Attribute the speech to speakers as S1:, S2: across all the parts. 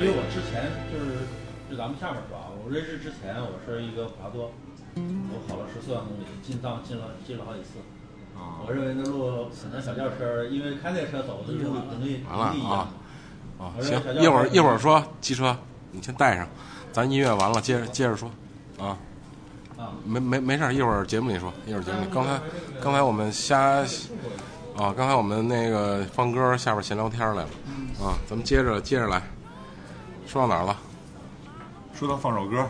S1: 因为我之前就是就咱们下面说啊，我瑞士之前我是一个爬坡，我跑了十四万公里，进藏进了进了好几次。
S2: 啊
S1: 我认为那路可能小轿车，因为开那车走的路肯定
S3: 哎
S1: 肯
S2: 完
S1: 定一
S2: 了
S1: 样
S2: 啊。啊，
S1: 我说
S2: 行
S1: 小，
S2: 一会儿
S1: 轿车
S2: 一会儿说机车，你先带上，咱音乐完了接着接着说，啊，
S1: 啊，
S2: 没没没事儿，一会儿节目里说，一会儿节目里。
S3: 哎
S2: 刚才刚才我们瞎啊，刚才我们那个放歌下边闲聊天来了，
S3: 嗯
S2: 啊，咱们接着接着来，说到哪儿了？
S3: 说到放首歌，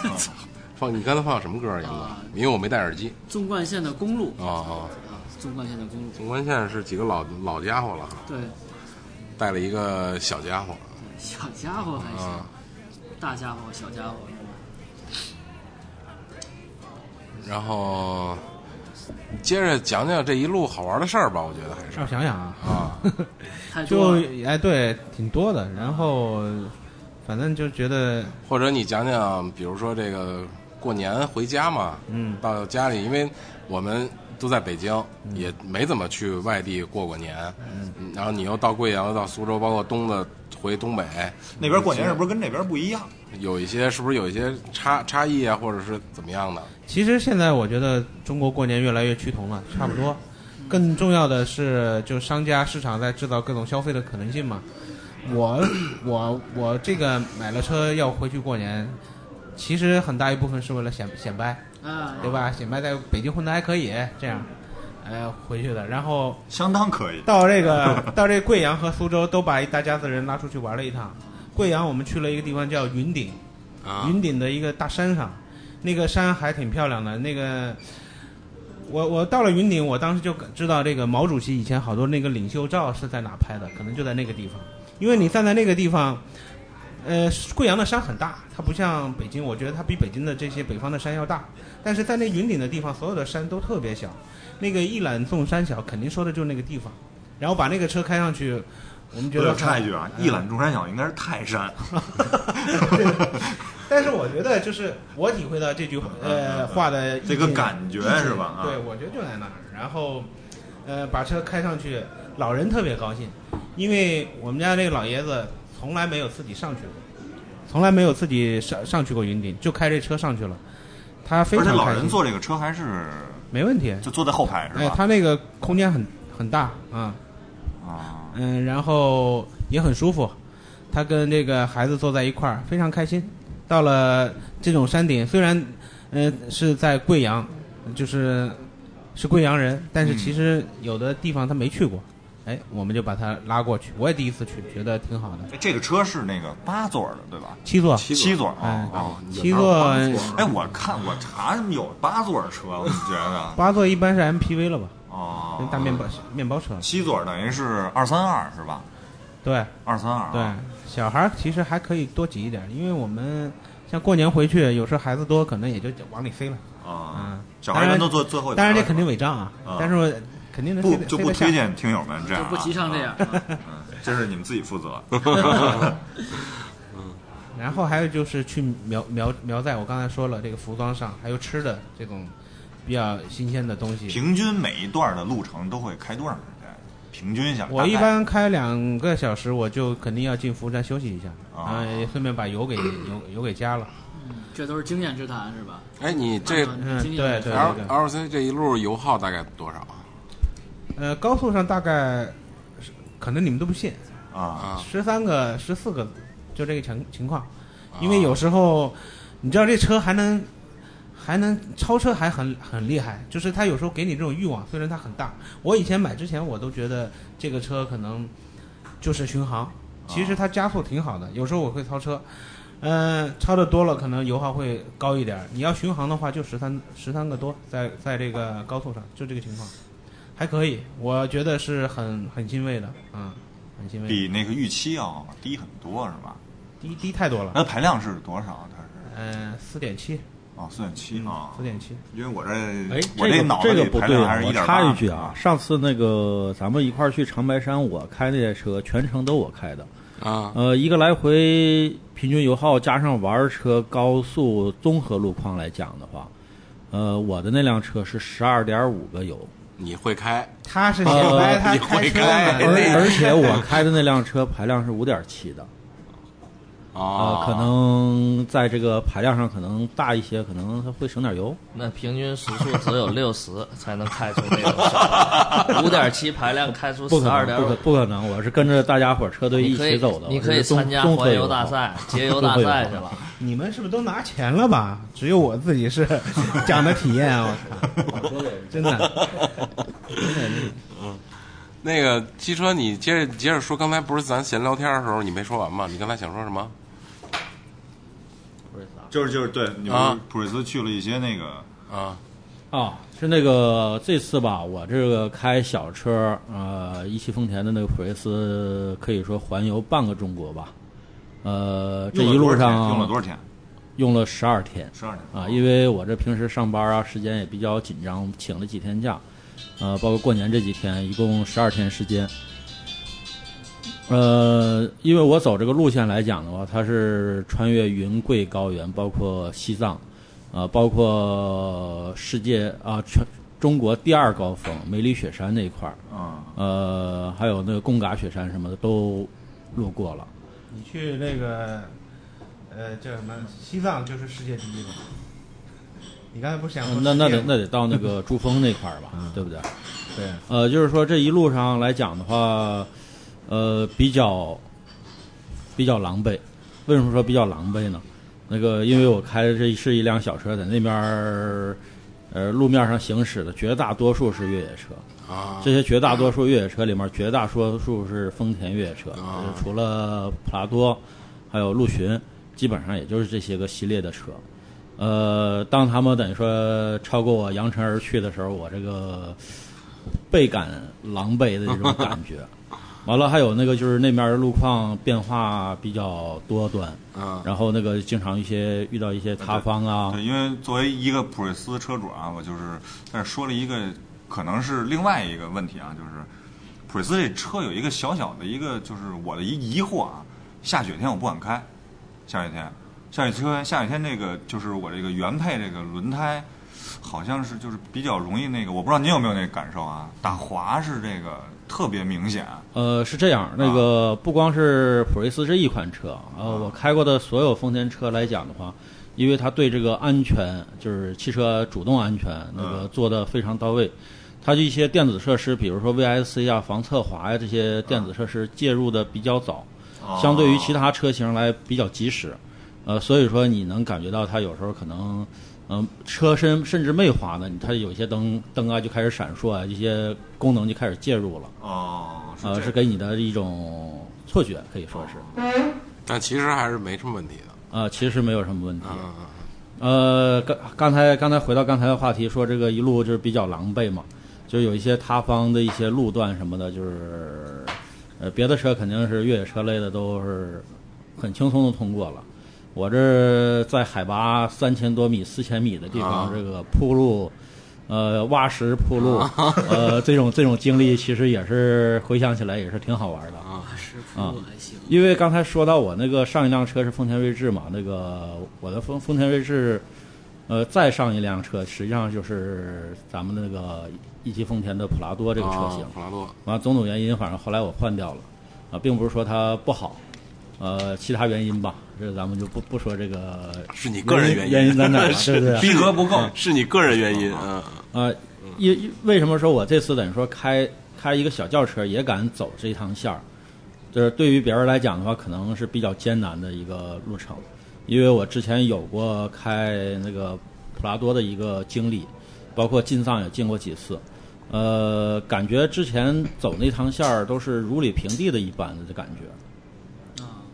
S2: 放你刚才放什么歌啊，杨哥
S4: 啊？
S2: 因为我没戴耳机
S4: 纵贯线的公路
S2: 啊啊。
S4: 啊，纵贯线的公路，
S2: 纵贯线是几个老老家伙了，
S4: 对，
S2: 带了一个小家伙
S4: 小家伙还行，
S2: 啊。
S4: 大家伙小家伙，
S2: 然后接着讲讲这一路好玩的事儿吧，我觉得还是
S5: 让我想想啊，
S2: 啊，
S4: 太多
S5: 就
S4: 了。
S5: 哎对，挺多的。然后反正就觉得
S2: 或者你讲讲，比如说这个过年回家嘛，
S5: 嗯
S2: 到家里，因为我们都在北京，也没怎么去外地过过年，嗯，然后你又到贵阳，又到苏州，包括东子回东北，
S3: 那边过年是不是跟这边不一样？
S2: 有一些是不是有一些差差异啊，或者是怎么样的？
S5: 其实现在我觉得中国过年越来越趋同了，差不多。更重要的是，就商家市场在制造各种消费的可能性嘛。我我我这个买了车要回去过年，其实很大一部分是为了显显摆，
S4: 啊，
S5: 对吧？显摆在北京混的还可以，这样，呃，回去的。然后
S3: 相当可以。
S5: 到这个到这贵阳和苏州都把一大家子人拉出去玩了一趟。贵阳我们去了一个地方叫云顶，
S2: 啊，
S5: 云顶的一个大山上，那个山还挺漂亮的。那个，我我到了云顶，我当时就知道这个毛主席以前好多那个领袖照是在哪拍的，可能就在那个地方，因为你站在那个地方。呃，贵阳的山很大，它不像北京，我觉得它比北京的这些北方的山要大。但是在那云顶的地方，所有的山都特别小。那个一览众山小，肯定说的就是那个地方。然后把那个车开上去，我们觉
S3: 我
S5: 得嗯
S3: 要插一句啊，一
S5: 览。
S3: 览众山小应该是泰山，
S5: 但是我觉得，就是我体会到这句话呃话的意
S3: 这
S5: 境
S3: 个感觉是吧？啊
S5: 对，，我觉得就在那儿。然后，呃，把车开上去，老人特别高兴，因为我们家那个老爷子从来没有自己上去过，从来没有自己上上去过云顶，就开这车上去了。他非
S3: 而
S5: 常
S3: 且老
S5: 开
S3: 人
S5: 心
S3: 坐这个车还是
S5: 没问题，
S3: 就坐在后排是
S5: 哎，
S3: 吧？
S5: 他那个空间很很大啊，
S3: 啊，
S5: 嗯，然后也很舒服。他跟这个孩子坐在一块儿，非常开心。到了这种山顶，虽然，呃，是在贵阳，就是是贵阳人，但
S3: 嗯
S5: 是其实有的地方他没去过，哎，我们就把他拉过去。我也第一次去，觉得挺好的。
S3: 哎这个车是那个八座的对吧？
S5: 七座，
S2: 七座
S3: 七座啊
S5: 哎
S3: 哦
S5: 七座
S3: 哎，我看我查有八座的车，我就觉 得啊
S5: 八座一般是 MPV 了吧？
S3: 哦，
S5: 大面包面包车，
S3: 七座等于是二三二是吧？
S5: 对
S3: 二三二啊
S5: 对，小孩儿其实还可以多挤一点，因为我们像过年回去，有时候孩子多，可能也就往里塞了。
S3: 啊
S5: 嗯，
S3: 小孩一般都坐最后一排，
S5: 当然这肯定违章啊
S3: 啊，
S5: 但是我肯定能
S3: 不
S5: 塞得
S3: 就
S5: 塞
S3: 不
S5: 得下
S3: 推荐听友们这样
S4: 就不
S3: 啊，
S4: 提倡这样
S3: 啊，
S4: 啊
S3: 嗯这是你们自己负责。
S5: 然后还有就是去苗苗苗寨，我刚才说了，这个服装上还有吃的这种比较新鲜的东西。
S3: 平均每一段的路程都会开多长时间？平均下，
S5: 我一般开两个小时，我就肯定要进服务站休息一下，
S3: 啊
S5: 然后也顺便把油给油油给加了。
S4: 这都是经验之谈是吧？
S2: 哎，你这
S4: 看看
S5: 嗯，
S4: 经
S5: 对
S4: 验
S5: 对
S4: 之
S5: 对
S4: 谈。
S2: L L C 这一路油耗大概多少啊？
S5: 呃，高速上大概是，可能你们都不信，
S3: 大啊，
S2: 啊，
S5: 十三个、十四个，就这个情情况。因为有时候，你知道这车还能还能超车，还很很厉害。就是它有时候给你这种欲望，虽然它很大。我以前买之前，我都觉得这个车可能就是巡航，其实它加速挺好的。有时候我会超车，嗯、超的多了，可能油耗会高一点儿。你要巡航的话，就十三十三个多，在在这个高速上，就这个情况，还可以，我觉得是很很欣慰的，嗯，很欣慰。
S3: 比那个预期要低很多是吧？
S5: 低低太多了，
S3: 那排量是多少？它是
S5: 嗯、4四点七，
S3: 哦，四点
S6: 嗯
S3: 七啊，
S5: 四点七。
S3: 因为我这
S6: 哎，
S3: 我
S6: 这
S3: 脑子
S6: 这个
S3: 里
S6: 不
S3: 排
S6: 对
S3: 量
S6: 啊
S3: 还！是
S6: 我
S3: 一点
S6: 插一句啊，，上次那个咱们一块儿去长白山，我开那台车全程都我开的，
S2: 啊，
S6: 呃，一个来回平均油耗加上玩儿车高速综合路况来讲的话，呃，我的那辆车是十二点五个油，
S2: 你会开
S5: 他
S6: 哦
S5: 是显摆他开车
S2: 哎
S5: 呢
S6: 而
S2: 那
S6: 而且我开的那辆车排量是五点七的，
S2: 啊
S7: 哦
S6: 啊，可能在这个排量上可能大一些，可能它会省点油。
S7: 那平均时速只有六十 才能开出那种效，五点七排量开出
S6: 不
S7: 十
S6: 可
S7: 二
S6: 能，
S7: 点
S6: 不可
S7: 五。
S6: 不可能！我是跟着大家伙儿车队一
S7: 你可
S6: 起
S7: 以
S6: 走的，
S7: 你
S6: 我
S7: 可以
S6: 是综
S7: 参加
S6: 综合
S7: 环游
S6: 友
S7: 大
S6: 好
S7: 赛、节游大赛去了。
S5: 你们是不是都拿钱了吧？只有我自 己是讲的体验啊！我
S1: 我说的也是
S5: 操，真的，
S2: 那个机车，你接着接着说，刚才不是咱闲聊天的时候你没说完吗？你刚才想说什么？
S1: 不是啥。
S3: 就是就是对，你
S2: 啊
S3: 们普锐斯去了一些那个
S2: 啊
S6: 啊，是那个这次吧，我这个开小车，呃，一汽丰田的那个普锐斯，可以说环游半个中国吧。呃，这一路上
S3: 用了多少天？
S6: 用了十二天
S3: 十二天
S6: 啊，因为我这平时上班啊，时间也比较紧张，请了几天假，呃，包括过年这几天，一共十二天时间。呃，因为我走这个路线来讲的话，它是穿越云贵高原，包括西藏，呃，包括世界啊、全中国第二高峰梅里雪山那一块儿，
S3: 啊，
S6: 呃，还有那个贡嘎雪山什么的都路过了。
S5: 你去那个呃叫什么西藏就是世界第一了。你刚才哦不是想说
S6: 嗯那那
S5: 世界
S6: 得那得到那个珠峰那块儿吧，对不对？
S5: 对，啊
S6: 呃，就是说这一路上来讲的话，呃，比较比较狼狈。为什么说比较狼狈呢？那个，因为我开的这是一辆小车，在那边儿呃路面上行驶的绝大多数是越野车。
S2: 啊
S6: 这些绝大多数越野车里面，绝大多数是丰田越野车，
S2: 啊
S6: 呃除了普拉多，还有陆巡，基本上也就是这些个系列的车。呃，当他们等于说超过我扬长而去的时候，我这个倍感狼狈的这种感 觉。完了，还有那个就是那面的路况变化比较多端，
S2: 啊哎
S6: 然后那个经常一些遇到一些塌方啊，
S3: 对，因为作为一个普锐斯车主啊，我就是但是说了一个可能是另外一个问题啊，就是普锐斯这车有一个小小的一个就是我的一疑惑啊，下雪天我不敢开，下雪天，下雪天下雪天这个就是我这个原配这个轮胎。好像是就是比较容易那个，我不知道您有没有那个感受啊？打滑是这个特别明显，啊
S6: 呃，是这样，那个不光是普锐斯这一款车，呃，我开过的所有丰田车来讲的话，因为它对这个安全，就是汽车主动安全那个做的非常到位，它的一些电子设施，比如说 VSC 啊、防侧滑呀、这些电子设施介入的比较早，
S3: 啊
S6: 相对于其
S3: 哦
S6: 他车型来比较及时，呃，所以说你能感觉到它有时候可能，嗯、车身甚至没滑呢，它有一些灯灯啊就开始闪烁啊，一些功能就开始介入了。
S3: 哦，
S6: 呃，是给你的一种错觉，可以说是，
S2: 但其实还是没什么问题的。
S6: 呃，其实没有什么问题。
S2: 啊啊
S6: 呃，刚刚才刚才回到刚才的话题，说这个一路就是比较狼狈嘛，就是有一些塌方的一些路段什么的，就是呃，别的车肯定是越野车类的都是很轻松的通过了。我这在海拔三千多米、四千米的地方，
S2: 啊
S6: 这个铺路，呃，挖石铺路，呃，这种这种经历其实也是回想起来也是挺好玩的。
S7: 啊
S4: 八十啊铺路还行。
S6: 因为刚才说到我那个上一辆车是丰田锐志嘛，那个我的丰丰田锐志，呃，再上一辆车实际上就是咱们那个一汽丰田的普拉多这个车型
S2: 啊。普拉多
S6: 完、种种原因，反正后来我换掉了，啊、并不是说它不好，呃，其他原因吧，这咱们就不不说这个
S2: 是你个人
S6: 原
S2: 原
S6: 因在哪儿了， 是不啊 是？
S3: 逼格不够，
S2: 是你个人原因，嗯，
S6: 呃，因因为什么说我这次等于说开开一个小轿车也敢走这一趟线儿，就是对于别人来讲的话，可能是比较艰难的一个路程，因为我之前有过开那个普拉多的一个经历，包括进藏也进过几次，呃，感觉之前走那趟线儿都是如履平地的一般的感觉。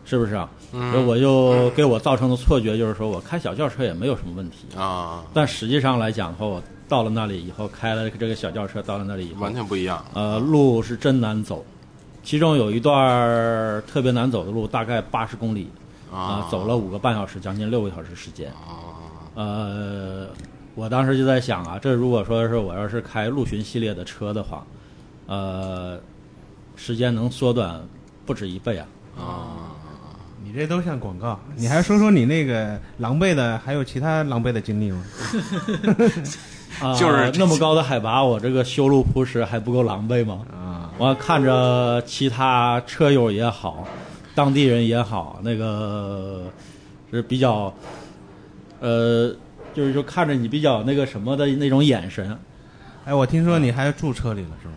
S6: 是不是啊？所以我就给我造成的错觉就是说，我开小轿车也没有什么问题
S2: 啊，
S6: 但实际上来讲的话，我到了那里以后，开了这个小轿车到了那里以后
S2: 完，全不一样。
S6: 呃，路是真难走，其中有一段儿特别难走的路，大概八十公里，啊、
S2: 啊
S6: 走了五个半小时，将近六个小时时间。呃，我当时就在想啊，这如果说是我要是开陆巡系列的车的话，呃，时间能缩短不止一倍啊。
S5: 你这都像广告。你还说说你那个狼狈的，还有其他狼狈的经历吗？
S6: 啊，
S2: 就是
S6: 那么高的海拔，我这个修路铺石还不够狼狈吗？啊，我看着其他车友也好，当地人也好，那个是比较，呃，就是说看着你比较那个什么的那种眼神，
S5: 哎，我听说你还住车里了是吗？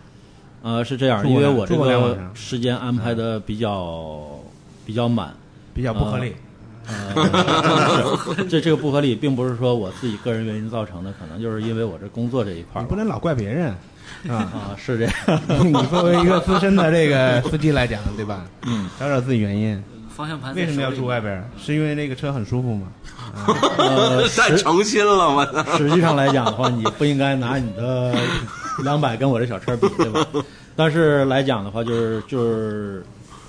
S6: 呃，是这样，
S5: 住过
S6: 因为
S5: 两
S6: 我这
S5: 住过两晚
S6: 个
S5: 上
S6: 时间安排的比较比较满，
S5: 比较不合
S6: 嗯
S5: 理。
S6: 呃，是这这个不合理，并不是说我自己个人原因造成的，可能就是因为我这工作这一块
S5: 你
S6: 儿
S5: 不能老怪别人啊！
S6: 啊，是这样，
S5: 你作为一个资深的这个司机来讲，对吧？嗯，找找自己原因，
S4: 方向盘
S5: 为什么要住外？边儿？是因为那个车很舒服吗？
S6: 呃，
S2: 太诚心了，我 操！
S6: 实际上来讲的话，你不应该拿你的两百跟我这小车比，对吧？但是来讲的话，就是就是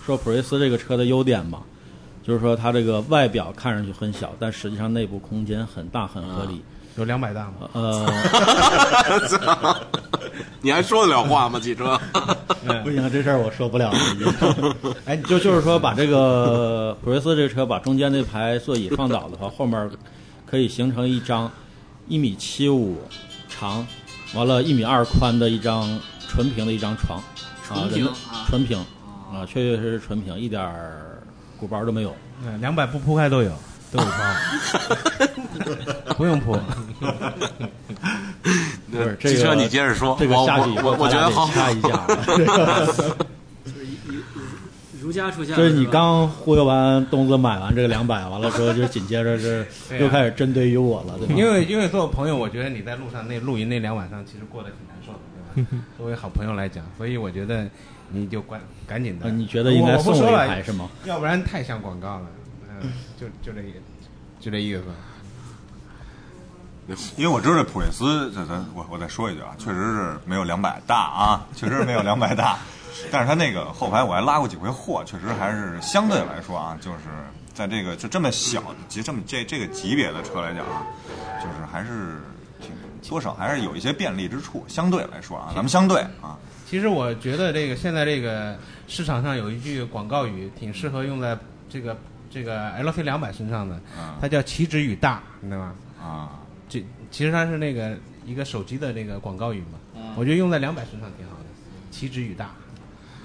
S6: 说普锐斯这个车的优点嘛，就是说它这个外表看上去很小，但实际上内部空间很大，很合理。
S5: 有两百大吗？
S6: 呃，
S2: 你还说得了话吗？汽车？
S6: 不行，这事儿我说不了了已经。 哎，就就是说，把这个普锐斯这个车，把中间那排座椅放倒的话，后面可以形成一张一米七五长，完了，一米二宽的一张纯平的一张床，啊
S4: 纯，平
S6: 人的
S4: 啊
S6: 纯平啊，确确实实纯平，一点儿鼓包都没有。
S5: 嗯，两百不铺开都有，都有 包，不用铺。
S6: 不是这个
S2: 汽车，你接着说。
S6: 这个
S2: 我
S6: 下去以
S2: 哦我
S6: 后
S2: 我我觉得好。
S6: 掐一下。 这个
S4: 就是一一儒家出家，
S6: 就是你刚忽悠完东子买完这个两百，完了之后，就紧接着是
S5: 对啊
S6: 又开始针对于我了，对吧？
S5: 因为因为做朋友，我觉得你在路上那露营那两晚上，其实过得挺难受的， 对吧？作为好朋友来讲，所以我觉得你就赶赶紧
S6: 啊
S5: 的。
S6: 你觉得应该
S5: 我
S6: 送
S5: 不
S6: 我
S5: 说
S6: 一
S5: 了
S6: 台是吗？
S5: 要不然太像广告了。嗯，就就这意，就这意思。
S3: 因为我知道这普锐斯，这咱我我再说一句啊，确实是没有两百大啊，确实是没有两百大，但是它那个后排我还拉过几回货，确实还是相对来说啊，就是在这个就这么小级这么这这个级别的车来讲啊，就是还是挺多少还是有一些便利之处，相对来说啊，咱们相对啊，
S5: 其实我觉得这个现在这个市场上有一句广告语，挺适合用在这个这个 L C 两百身上的，它叫“岂止雨大”，你知道吗？
S3: 啊，
S5: 这其实它是那个一个手机的那个广告语嘛，我觉得用在两百身上挺好的，“岂止雨大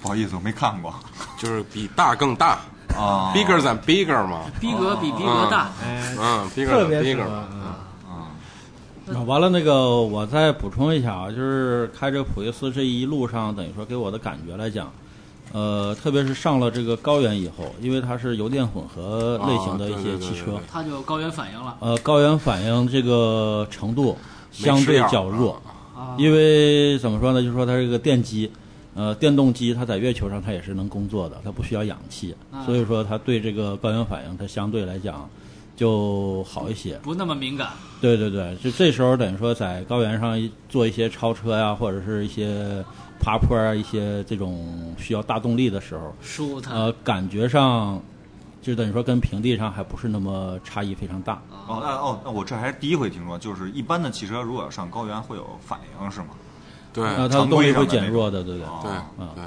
S3: 不好意思，我没看过
S2: 就是比大更大
S6: 哦
S3: 啊，
S2: ，bigger than bigger 嘛，
S4: 逼格比逼
S7: 啊
S4: 格大，
S5: 哎
S2: 嗯”，，bigger
S5: 特
S2: than
S5: 别适
S2: bigger
S5: 合
S2: 嘛。
S5: 啊。
S2: 嗯
S6: 啊完了，那个我再补充一下啊，就是开着普锐斯这一路上，等于说给我的感觉来讲，呃，特别是上了这个高原以后，因为它是油电混合类型的一
S2: 啊对对
S6: 些
S2: 对
S6: 汽车，
S2: 对对
S4: 他就高原反应了
S6: 呃，高原反应这个程度相
S2: 没吃
S6: 对
S2: 药
S6: 较弱，
S4: 啊。
S6: 因为怎么说呢，就是说它这个电机，呃，电动机它在月球上它也是能工作的，它不需要氧气，
S4: 啊
S6: 所以说它对这个高原反应它相对来讲就好一些。
S4: 不那么敏感，
S6: 对对对，就这时候等于说在高原上一做一些超车呀、或者是一些爬坡啊，一些这种需要大动力的时候，
S4: 舒坦
S6: 呃，感觉上就等于说跟平地上还不是那么差异非常大。
S3: 哦那哦那我这还是第一回听说，就是一般的汽车如果上高原会有反应是吗？
S2: 对
S6: 那啊它的动力会减弱的，对不对？
S3: 哦
S2: 对
S6: 啊
S2: 对，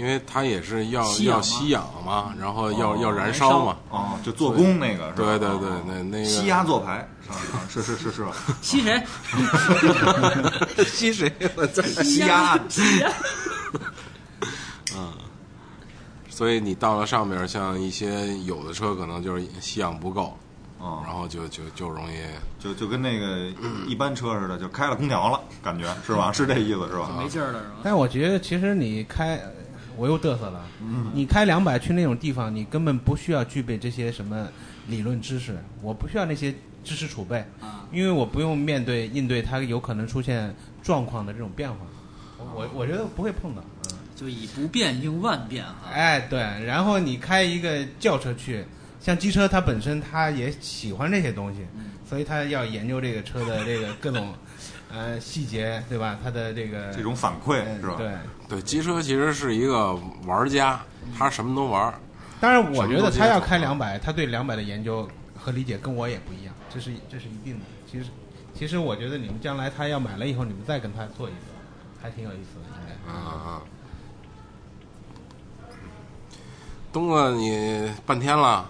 S2: 因为它也是要
S4: 吸氧
S2: 要
S4: 嘛
S2: 吸氧嘛，然后要
S3: 哦
S2: 要
S4: 燃
S2: 燃
S4: 烧
S2: 烧嘛，
S3: 哦，就做工那个是吧？
S2: 对
S3: 哦
S2: 对对那那个
S3: 吸压做牌 是吧？啊是是是是吧？
S4: 吸谁？
S2: 吸谁了？这
S4: 吸压，吸压。
S2: 所以你到了上边，像一些有的车可能就是吸氧不够，
S3: 哦
S2: 然后就就就容易
S3: 就就跟那个一般车似的，就开了空调了，感觉是吧？是这意思是吧？
S4: 没劲儿了是吧？
S5: 但我觉得其实你开，我又嘚瑟了。你开两百去那种地方，你根本不需要具备这些什么理论知识，我不需要那些知识储备，
S4: 啊，
S5: 因为我不用面对应对它有可能出现状况的这种变化。我我觉得不会碰到。嗯
S4: 就以不变应万变啊。
S5: 哎，对，然后你开一个轿车去，像机车它本身它也喜欢这些东西，所以它要研究这个车的这个各种呃细节，对吧？它的这个
S3: 啊这种反馈
S5: 嗯
S3: 是吧？
S5: 对。
S2: 对机车其实是一个玩家，他什么都玩儿。
S5: 当然，我觉得他要
S7: 啊
S5: 开两百，他对两百的研究和理解跟我也不一样，这是这是一定的。其实，其实我觉得你们将来他要买了以后，你们再跟他做一做，还挺有意思的，应该。
S2: 嗯嗯。东哥，你半天了，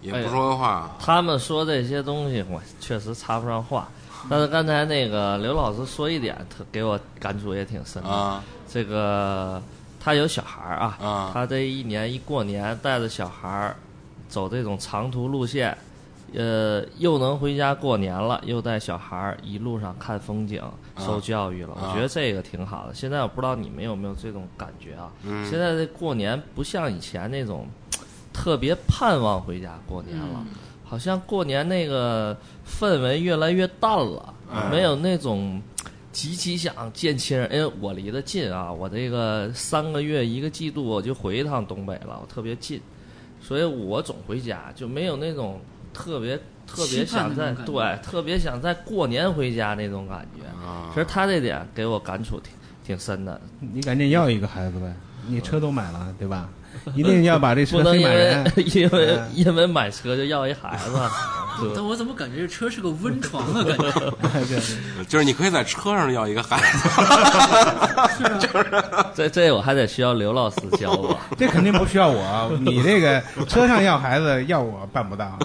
S2: 也不说话，
S7: 他们说这些东西，我确实插不上话。但是刚哎才那个刘老师说一点，特给我感触也挺深的。
S2: 啊
S7: 这个他有小孩儿啊，
S2: 啊
S7: 他这一年一过年带着小孩儿走这种长途路线，呃，又能回家过年了，又带小孩儿一路上看风景、受教育了。
S2: 啊
S7: 我觉得这个挺好的。现在我不知道你们有没有这种感觉啊？
S2: 嗯
S7: 现在这过年不像以前那种特别盼望回家过年
S4: 嗯
S7: 了。好像过年那个氛围越来越淡了，没有那种极其想见亲人。因为我离得近啊，我这个三个月一个季度我就回一趟东北了，我特别近，所以我总回家，就没有那种特别特别想在
S4: 期盼的那种
S7: 对
S4: 感
S7: 特别想在过年回家那种感觉。
S2: 啊
S7: 其实他这点给我感触挺挺深的，
S5: 你赶紧要一个孩子呗，你车都买了，对吧？一定要把这车
S7: 不能
S5: 非
S7: 因
S5: 买
S7: 为
S5: 人。
S7: 因为
S5: 嗯
S7: 因为买车就要一孩子，对吧
S4: 但我怎么感觉这车是个温床啊？感觉
S5: 对 对
S2: 就是你可以在车上要一个孩子，
S7: 这这我还得需要刘老师教 我。
S5: 这肯定不需要 我，你这个车上要孩子要我办不到。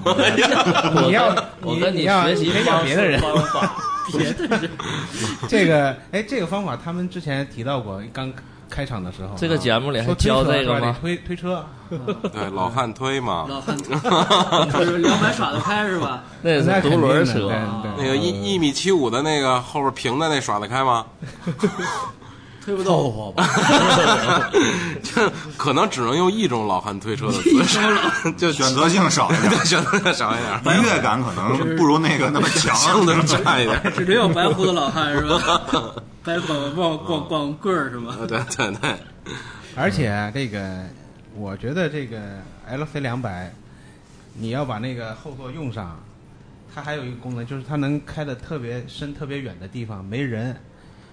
S5: 你要
S7: 我跟
S5: 你要
S7: 学习
S5: 你要
S7: 方
S5: 别的人
S7: 式方法，
S4: 别的人
S5: 这个哎，这个方法他们之前提到过，刚开场的时候啊，
S7: 这个节目里还
S5: 说推
S7: 教
S5: 车
S7: 这个
S5: 是吧
S7: 吗
S5: 得推推车，
S2: 对，老汉推嘛。
S4: 老汉，就是两百耍得开是吧？
S7: 那
S5: 那
S7: 是
S5: 肯
S7: 独轮
S5: 定
S7: 车啊
S5: 的，对
S2: 那
S5: 对
S2: 个
S3: 哦
S2: 一一米七五的那个后边平的那耍得开吗？
S4: 推不动我吧？
S2: 就可能只能用一种老汉推车的姿势，就
S3: 选 择性少一点，
S2: 选择少一点，
S3: 愉悦感可能不如那个那么强，
S2: 相对差一点。
S4: 只能有白胡子老汉是吧？白光光光光棍儿 是吧？
S2: 对对对，
S5: 而且啊这个，我觉得这个 LC 两百，你要把那个后座用上，它还有一个功能，就是它能开的特别深、特别远的地方没人，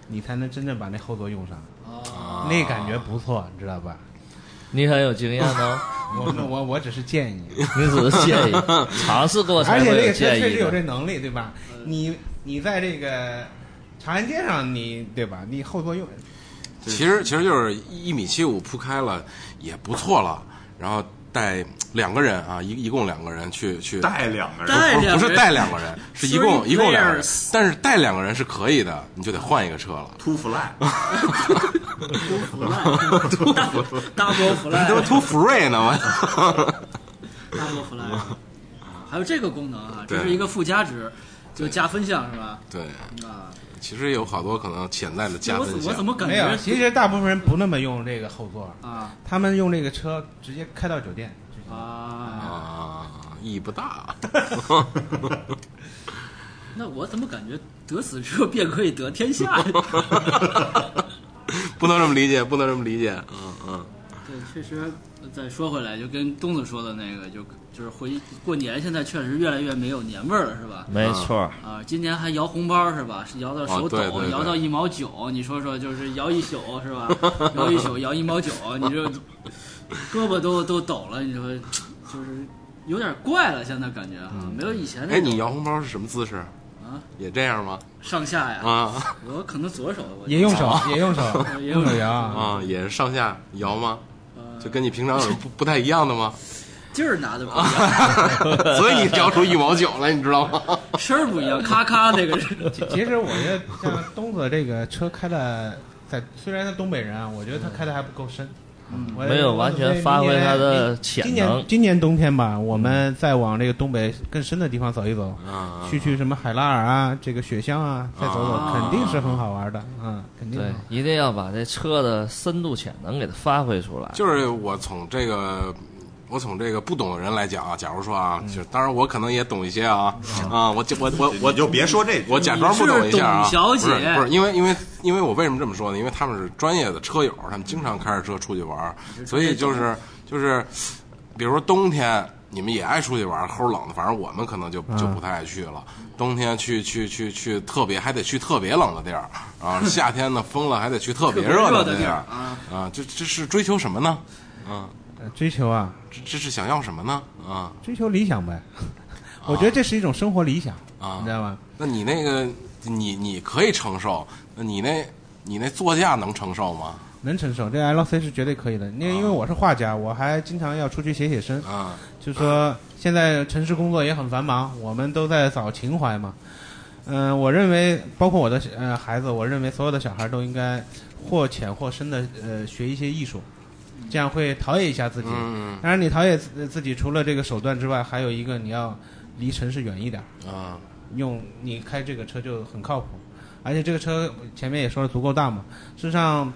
S5: 你才能真正把那后座用上，
S7: 啊
S5: 那感觉不错，你知道吧？
S7: 你很有经验 哦，
S5: 我我我只是建议，
S7: 你只是 建议，尝试过
S5: 而
S7: 才
S5: 且
S7: 会
S5: 这
S7: 有
S5: 个车确
S7: 建
S5: 实
S7: 议
S5: 有
S7: 的。
S5: 这能力，对吧？
S4: 嗯
S5: 你你在这个长安街上，你对吧？你后座用
S2: 其实其实就是一米七五铺开了也不错了，然后带两个人啊，一一共两个人去去。
S3: 带两个人。
S4: 带两
S2: 不
S4: 个
S2: 是
S4: 人
S2: 带两个人，是一共
S4: Three
S2: 一共两个人
S4: players，
S2: 但是带两个人是可以的，你就得换一个车了。
S3: 秃 fly，
S4: 都 腐烂，大波腐烂，
S2: 这不秃福瑞呢吗？
S4: 大波腐烂， 还有这个功能啊，
S2: 对
S4: 这是一个附加值，就加分项是吧？
S2: 对，
S4: 啊，
S2: 其实有好多可能潜在的加
S4: 我
S2: 分
S4: 怎我怎
S2: 项。
S4: 么感
S5: 没有？
S4: 觉
S5: 其实大部分人不那么用这个后座，
S4: 啊
S5: 他们用这个车直接开到酒店。
S4: 啊？
S2: 啊，意义不大。
S4: 那我怎么感觉得此车便可以得天下？
S2: 不能这么理解，不能这么理解。嗯嗯，
S4: 对，确实。呃再说回来，就跟东子说的那个，就就是回过年，现在确实越来越没有年味儿了，是吧？
S7: 没错，
S4: 啊，今年还摇红包是吧？是摇到手抖，
S2: 哦对对对
S4: 摇到一毛九，你说说，就是摇一宿是吧？ 摇一宿，摇一毛九，你就胳膊都都抖了，你说就是有点怪了，现在感觉啊，没有以前
S2: 哎，
S4: 那
S2: 你
S4: 种
S2: 摇红包是什么姿势？
S4: 啊，
S2: 也这样吗？
S4: 上下呀。
S2: 啊
S4: 我可能左手我
S5: 也用手，也用手，
S4: 啊 也用手
S5: 手摇啊。
S2: 啊，也是上下摇吗？
S4: 呃
S2: 就跟你平常有什么不不太一样的 吗？
S4: 劲儿拿的不一样，
S2: 所以你摇出一毛九来，你知道吗？
S4: 声儿不一样，咔咔那个是
S5: 其其实我觉得像东子这个车开的，在虽然他东北人啊，我觉
S4: 嗯
S5: 得他开的还不够深，我
S7: 没有完全发挥他的
S5: 今
S7: 潜
S5: 年
S7: 能。嗯
S5: 今年冬天吧，我们再往这个东北更深的地方走一走，
S4: 嗯
S2: 啊，
S5: 去去什么海拉尔啊，这个雪乡啊，再走走，
S2: 啊
S5: 肯定是很好玩的，嗯，肯定
S7: 对
S5: 很好。，
S7: 一定要把这车的深度潜能给它发挥出来。
S2: 就是我从这个。我从这个不懂的人来讲啊，假如说啊，就是当然我可能也懂一些啊，啊，我就我我我
S3: 我 就别说这句，
S2: 我假装不懂一下啊，
S4: 你是董小姐
S2: 不是不是，因为因为因为我为什么这么说呢？因为他们是专业的车友，他们经常开着车出去玩儿，所以就是就是，比如说冬天你们也爱出去玩儿，齁冷的，反正我们可能就就不太爱去了。冬天去去去去特别还得去特别冷的地儿，啊，夏天呢风了还得去特别
S4: 热
S2: 的
S4: 的
S2: 地
S4: 地儿
S2: 儿，
S4: 啊。
S2: 啊，这这是追求什么呢？
S5: 呃追求啊，
S2: 这这是想要什么呢？啊
S5: 追求 理想呗，我觉得这是一种生活理想，
S2: 啊
S5: 你知，道吗？
S2: 那你那个你你可以承受，那你那你那座驾能承受吗？
S5: 能承受，这 LC 是绝对可以的。因为因为我是画家，我还经常要出去写写生。
S2: 啊，
S5: 就说现在城市工作也很繁忙，我们都在找情呃怀嘛。嗯、我认为包括我的呃孩子，我认为所有的小孩都应该或浅或深的呃学一些艺术，这样会陶冶一下自己。
S2: 嗯
S5: 当然，你陶冶自自己除了这个手段之外，还有一个你要离城市远一点，
S2: 啊，
S5: 用你开这个车就很靠谱。而且这个车前面也说了足够大嘛，事实上，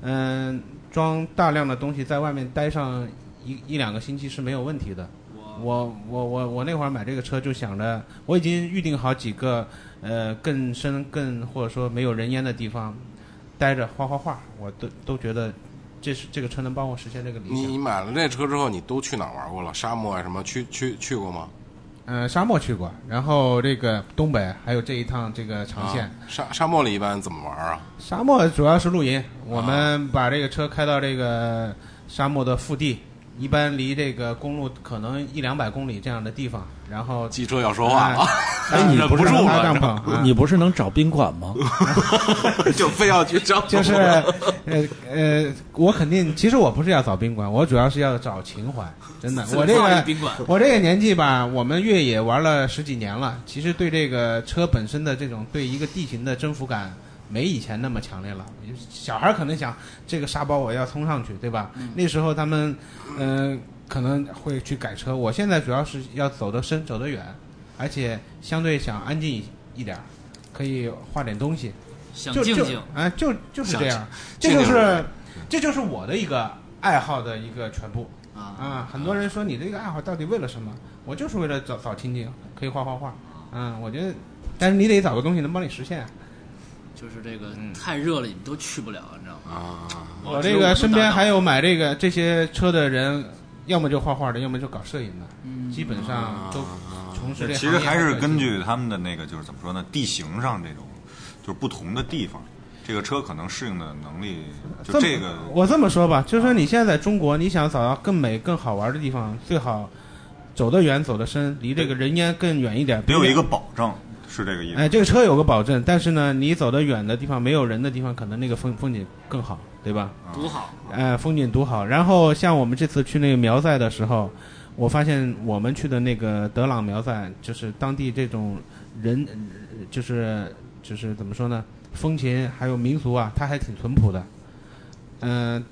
S5: 嗯、装大量的东西在外面待上一一两个星期是没有问题的。我我我我那会儿买这个车就想着，我已经预定好几个呃更深更或者说没有人烟的地方待着画画画，我都都觉得这是这个车能帮我实现这个理
S2: 你
S5: 想。
S2: 你买了这车之后，你都去哪儿玩过了？沙漠呀啊什么？去去去过吗？
S5: 嗯、沙漠去过，然后这个东北还有这一趟这个长线，
S2: 啊、沙沙漠里一般怎么玩啊？
S5: 沙漠主要是露营，我们把这个车开到这个沙漠的腹地，一般离这个公路可能一两百公里这样的地方，然后
S2: 机车要说话啊了，
S5: 哎
S2: 忍不住
S5: 搭
S2: 了
S5: 帐，篷，啊
S6: 你不是能找宾馆吗？
S2: 就非要去帐篷。
S5: 就是呃呃，我肯定，其实我不是要找宾馆，我主要是要找情怀，真的，我这个。
S4: 宾馆
S5: 我这个年纪吧，我们越野玩了十几年了，其实对这个车本身的这种对一个地形的征服感没以前那么强烈了。小孩可能想这个沙包我要冲上去，对吧？那时候他们，嗯、可能会去改车。我现在主要是要走得深，走得远，而且相对想安静一一点儿，可以画点东西。
S4: 想
S5: 就
S4: 静
S5: 就
S4: 静，
S5: 啊，就就是这样，这
S2: 静
S5: 就
S2: 静
S5: 是这就是我的一个爱好的一个全部。
S4: 啊，
S5: 啊，很多人说你这个爱好到底为了什么？我就是为了找找亲戚，可以画画画。嗯，我觉得，但是你得找个东西能帮你实现。
S4: 就是这个太热了，你们都去不了，你知道吗？哦
S2: 啊，
S5: 我
S4: 只
S5: 这
S4: 有
S5: 个
S4: 们
S5: 身
S4: 搭
S5: 边
S4: 档
S5: 还有买这个这些车的人，要么就画画的，要么就搞摄影的，
S4: 嗯
S5: 基本上都从事这
S3: 啊其
S5: 行
S3: 实
S5: 业
S3: 还
S5: 好
S3: 是
S5: 几
S3: 根
S5: 年
S3: 据他们的那个，就是怎么说呢，地形上这种，就是不同的地方，这个车可能适应的能力，就
S5: 这
S3: 这
S5: 么
S3: 个啊
S5: 我这么说吧，就是说你现在在中国，你想找到更美、更好玩的地方，最好走得远、走得深，离这个人烟更远一点。
S3: 得有一个保障，是这个意思。
S5: 哎，这个车有个保证，但是呢，你走得远的地方，没有人的地方，可能那个风风景更好，对吧？
S3: 啊
S4: 读好，
S5: 哎，风景独好。然后像我们这次去那个苗寨的时候，我发现我们去的那个德朗苗寨，就是当地这种人，呃就是就是怎么说呢，风情还有民俗啊，它还挺淳朴的。嗯、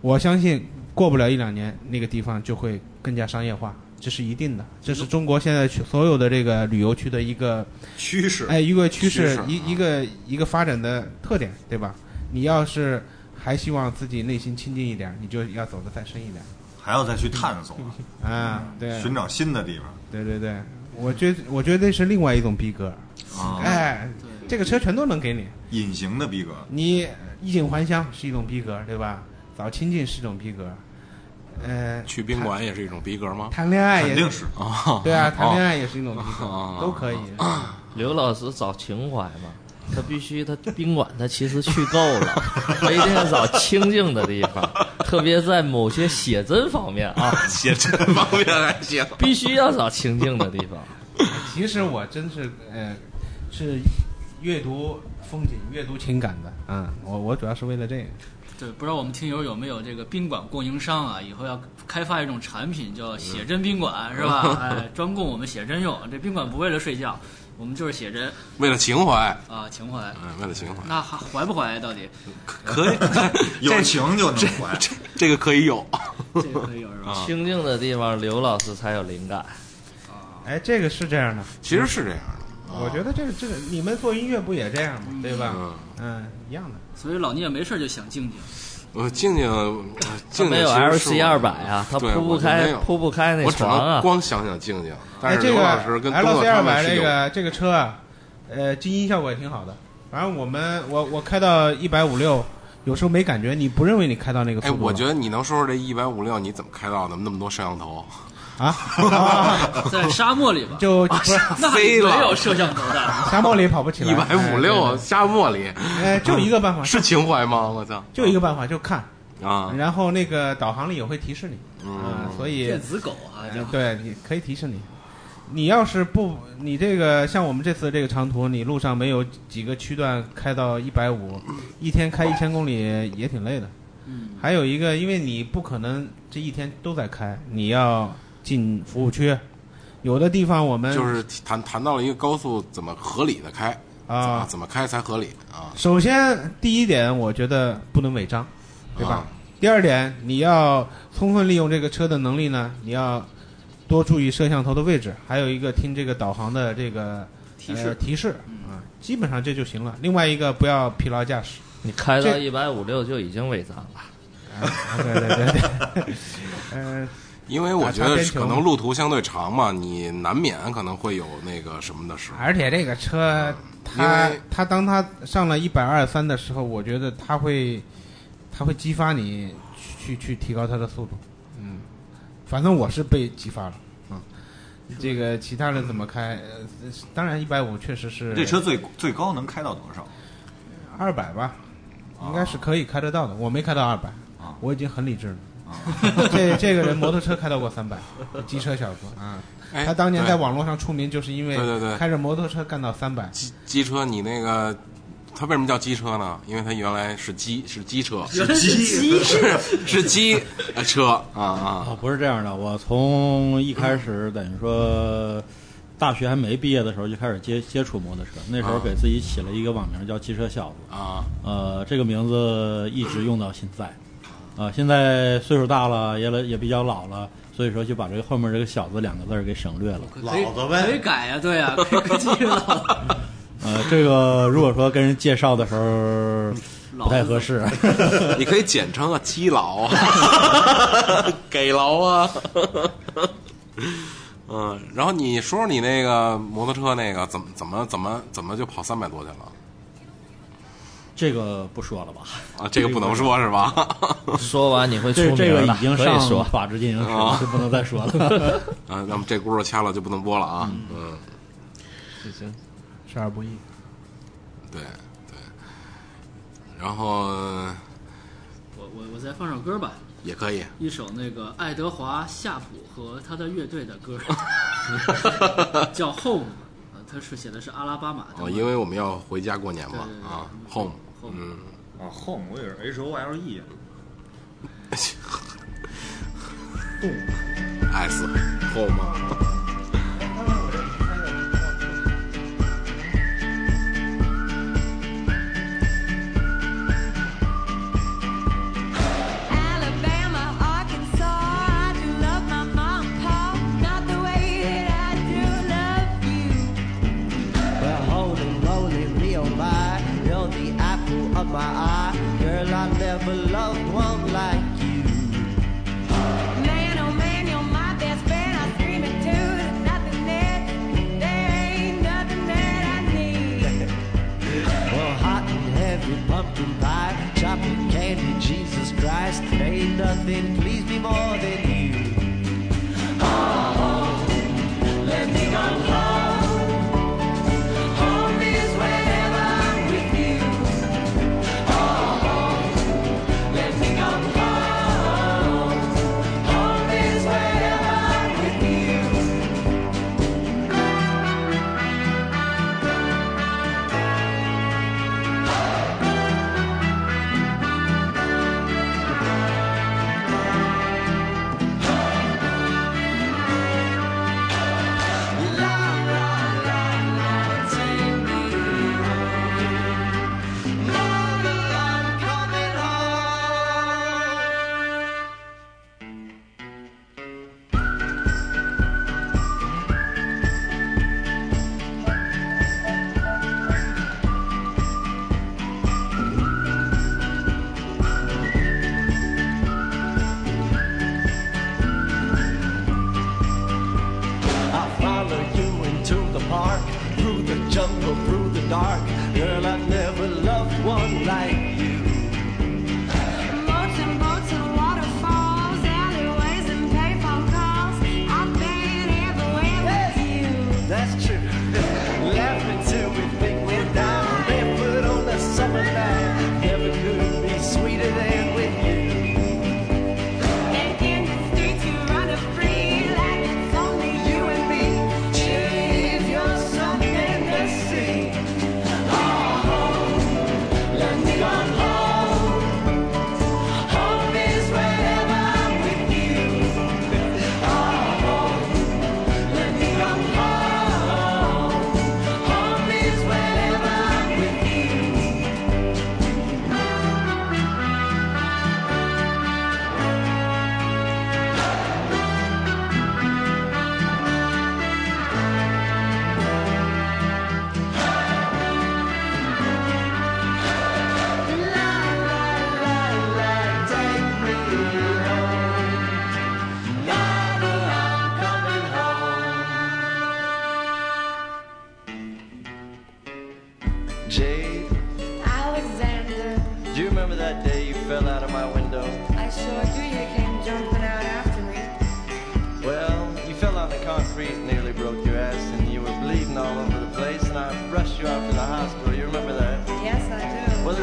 S5: 我相信过不了一两年，那个地方就会更加商业化。这是一定的，这是中国现在去所有的这个旅游区的一个
S2: 趋势
S5: 哎，一个
S2: 趋
S5: 趋势
S2: 势，
S5: 一
S2: 啊
S5: 一个一个发展的特点，对吧？你要是还希望自己内心清静一点，你就要走得再深一点
S3: 还要再去探索，
S5: 啊！对，
S3: 寻找新的地方
S5: 对对对，我觉得我觉得这是另外一种逼格，
S3: 啊，
S5: 哎，这个车全都能给你，
S3: 隐形的逼格。
S5: 你衣锦还乡是一种逼格，对吧？早亲近是一种逼格，呃，
S2: 去宾馆也是一种逼格吗？
S5: 谈恋爱
S3: 肯
S5: 也
S3: 定是，
S2: 啊，
S5: 对 啊，谈恋爱也是一种逼格，
S2: 哦
S5: 都可以。
S7: 刘老师找情怀嘛，他必须他宾馆他其实去够了，他一定要找清静的地方，特别在某些写真方面啊，
S2: 写真 方面还行。
S7: 必须要找清静的地方。
S5: 其实我真是呃，是阅读风景、阅读情感的，嗯，我我主要是为了这个。
S4: 对，不知道我们听友有没有这个宾馆供应商啊？以后要开发一种产品叫写真宾馆，是吧？哎，专供我们写真用。这宾馆不为了睡觉，我们就是写真
S2: 为了情怀，
S4: 啊，情怀。
S2: 嗯，为了情怀，
S4: 那还怀不怀啊到底？
S2: 可 以，
S3: 有情就能还。
S2: 这这个可以有。
S4: 这个可以有是吧？
S5: 啊
S7: 清静的地方，刘老师才有灵感。
S5: 哎，这个是这样的，
S2: 其实是这样的，啊
S5: 我觉得这个这个你们做音乐不也这样吗？对吧？
S2: 嗯，
S5: 嗯，一样的。
S4: 所以老聂没事儿就想静静。
S2: 我静静，呃
S7: 他
S2: 静静
S7: 没有
S2: 其实
S7: L
S2: 是
S7: C
S2: 我
S7: 二百啊，他
S2: 对
S7: 铺
S2: 我
S7: 不
S2: 就
S7: 开
S2: 没有
S7: 铺不开那
S2: 我只
S7: 床
S2: 能
S7: 啊。
S2: 光想想静静，但
S5: 哎，
S2: 是
S5: 这
S2: 刘
S5: 个
S2: 老师跟东
S5: L
S2: 子
S5: C
S2: 他
S5: 二
S2: 们
S5: 百
S2: 是
S5: 这
S2: 有
S5: 个这个车啊，呃，静音效果也挺好的。反正我们我我开到一百五六，有时候没感觉，你不认为你开到那个速
S2: 哎，
S5: 度了。
S2: 我觉得你能说说这一百五六你怎么开到的？那么多摄像头，
S5: 啊，啊
S4: 在沙漠里吧，
S5: 就不是
S4: 那
S2: 飞了
S4: 没有摄像头的，
S5: 沙漠里跑不起来。
S2: 一百五六沙漠 里
S5: 哎，对哎，就一个办法，
S2: 是情怀吗？我操，
S5: 就一个办法，就看。
S2: 啊，
S5: 然后那个导航里也会提示你，啊
S2: 嗯，，
S5: 所以
S4: 电子狗啊，这
S5: 嗯对，你可以提示你。你要是不，你这个像我们这次这个长途，你路上没有几个区段开到一百五，一天开一千公里也挺累的。
S4: 嗯，
S5: 还有一个，因为你不可能这一天都在开，你要进服务区，有的地方我们
S2: 就是谈谈到了一个高速怎么合理的开，啊，
S5: 啊。
S2: 怎么开才合理啊？
S5: 首先第一点，我觉得不能违章，对吧
S2: 啊？
S5: 第二点，你要充分利用这个车的能力呢，你要多注意摄像头的位置，还有一个听这个导航的这个
S4: 提
S5: 呃
S4: 示嗯
S5: 提示啊，基本上这就行了。另外一个，不要疲劳驾驶。
S7: 你开到
S5: 这
S7: 一百五六就已经违章了。
S5: 啊，对对对对， 嗯，
S2: 因为我觉得
S5: 打擦边
S2: 是
S5: 球
S2: 可能路途相对长嘛，你难免可能会有那个什么的时候。
S5: 而且这个车，
S2: 因
S5: 它
S2: 为
S5: 它当它上了一百二三的时候，我觉得它会，它会激发你去去去提高它的速度。嗯，反正我是被激发了。嗯，这个其他人怎么开？呃，当然一百五确实是
S3: 这车最最高能开到多少？
S5: 二百吧，
S2: 啊
S5: 应该是可以开得到的。我没开到二百
S3: 啊，
S5: 我已经很理智了。
S2: 啊
S5: 这这个人摩托车开到过三百，机车小哥啊，
S2: 哎，
S5: 他当年
S2: 对
S5: 在网络上出名，就是因为
S2: 对对对
S5: 开着摩托车干到三百。
S2: 机机车，你那个它为什么叫机车呢？因为它原来是机是机车，
S4: 原来是鸡，
S2: 是 是机呃车啊啊！
S6: 啊，不是这样的，我从一开始等于说大学还没毕业的时候就开始接接触摩托车，那时候
S2: 啊
S6: 给自己起了一个网名叫“机车小子”。
S2: 啊，
S6: 呃，这个名字一直用到现在，啊、现在岁数大了，也了也比较老了，所以说就把这个后面这个“小子”两个字儿给省略了。
S4: 老子呗，可以改啊呀，对呀，啊可以继续老
S6: 呃，这个如果说跟人介绍的时候不太合适，
S2: 你可以简称啊，基佬啊， 给劳啊。 嗯，然后你说说你那个摩托车那个怎么怎么怎么怎么就跑三百多去了
S6: 这个不说了吧？
S2: 啊？这个不能说是 吧？啊
S7: 说完你会出
S6: 这
S7: 名
S6: 这个
S7: 的
S6: 已经
S7: 可以
S6: 上
S7: 说，
S6: 法制进行时
S2: 啊
S6: 了，就不能再说 了。
S2: 啊，那么这轱辘掐了就不能播了啊。嗯，
S5: 十二不易。
S2: 对对。然后
S4: 我我我再放首歌吧，
S2: 也可以，
S4: 一首那个爱德华夏普和他的乐队的歌， 叫《Home》，呃他是写的是阿拉巴马的
S2: 哦，因为我们要回家过年嘛
S4: 嗯对对对
S2: 啊
S4: 嗯
S2: ，home，
S4: Home
S2: 嗯，
S3: 啊，home 我也是 H O L E。
S2: s
S4: 啊
S2: home。
S8: Alabama, Arkansas, I do love my mom, pa, not the way that I do love you.
S9: Well, holy moly, Leo, my, you're the apple of my eye. Girl, I never loved one like you.
S8: Man, oh man, you're my best friend. I scream it too. There's nothing there, there ain't nothing that I need.
S9: Well, hot and heavy pumpkin pie, chocolate candy, Jesus Christ, ain't nothing pleased me more than you.
S8: Home is whenever I'm with you. Oh, let me go home. Home is whenever I'm with you.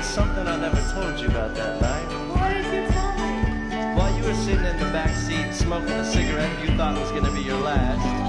S8: something I never told you about that night. While you were sitting in the back seat smoking a cigarette you thought was gonna be your last.